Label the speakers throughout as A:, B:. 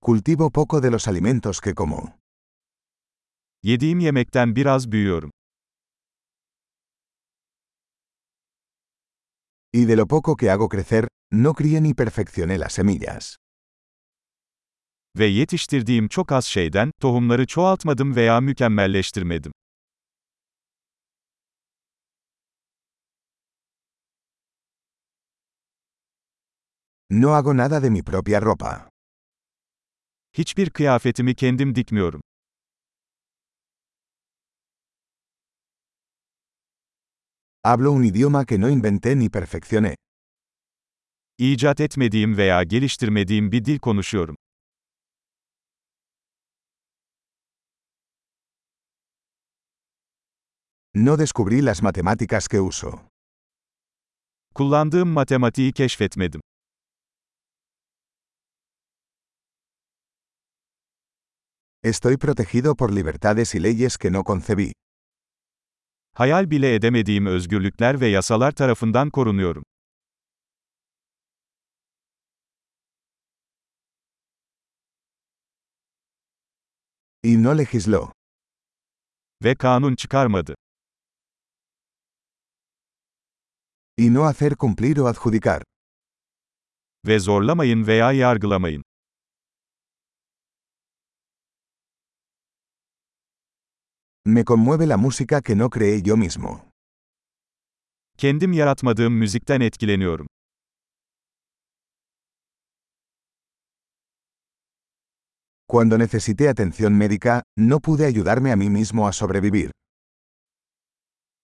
A: Cultivo poco de los alimentos que como.
B: Yediğim yemekten biraz büyüyorum.
A: Y de lo poco que hago crecer, no crié ni perfeccioné las semillas.
B: Ve yetiştirdiğim çok az şeyden, tohumları çoğaltmadım veya mükemmelleştirmedim.
A: No hago nada de mi propia ropa.
B: Hiçbir kıyafetimi kendim dikmiyorum.
A: Hablo un idioma que no inventé ni perfeccioné.
B: İcat etmediğim veya geliştirmediğim bir dil konuşuyorum.
A: No descubrí las matemáticas que uso.
B: Kullandığım matematiği keşfetmedim.
A: Estoy protegido por libertades y leyes que no concebí.
B: Hayal bile edemediğim özgürlükler ve yasalar tarafından korunuyorum.
A: Y no legisló.
B: Ve kanun çıkarmadı.
A: Y no hacer cumplir o adjudicar.
B: Ve zorlamayın veya yargılamayın.
A: Me conmueve la música que no creé yo mismo.
B: Kendim yaratmadığım müzikten etkileniyorum.
A: Cuando necesité atención médica, no pude ayudarme a mí mismo a sobrevivir.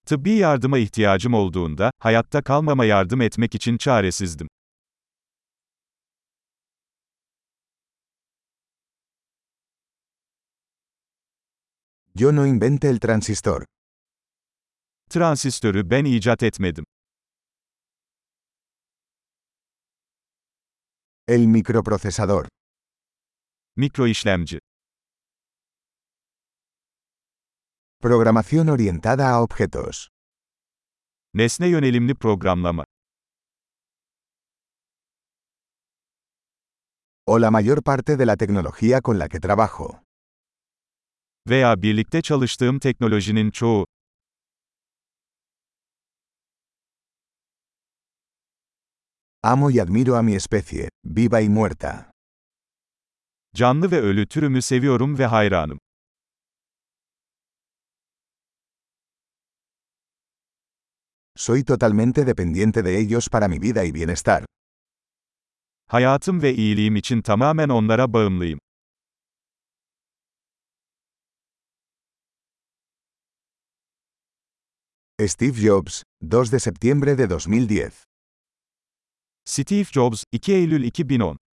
B: Tıbbi yardıma ihtiyacım olduğunda, hayatta kalmama yardım etmek için çaresizdim.
A: Yo no inventé el transistor.
B: Transistörü ben icat etmedim.
A: El microprocesador.
B: Mikroişlemci.
A: Programación orientada a objetos.
B: Nesne yönelimli programlama.
A: O la mayor parte de la tecnología con la que trabajo.
B: Veya birlikte çalıştığım teknolojinin çoğu.
A: Amo y admiro a mi especie, viva y muerta.
B: Canlı ve ölü türümü seviyorum ve hayranım.
A: Soy totalmente dependiente de ellos para mi vida y bienestar.
B: Hayatım ve iyiliğim için tamamen onlara bağımlıyım.
A: Steve Jobs, 2 de septiembre de 2010.
B: Steve Jobs, 2 Eylül 2010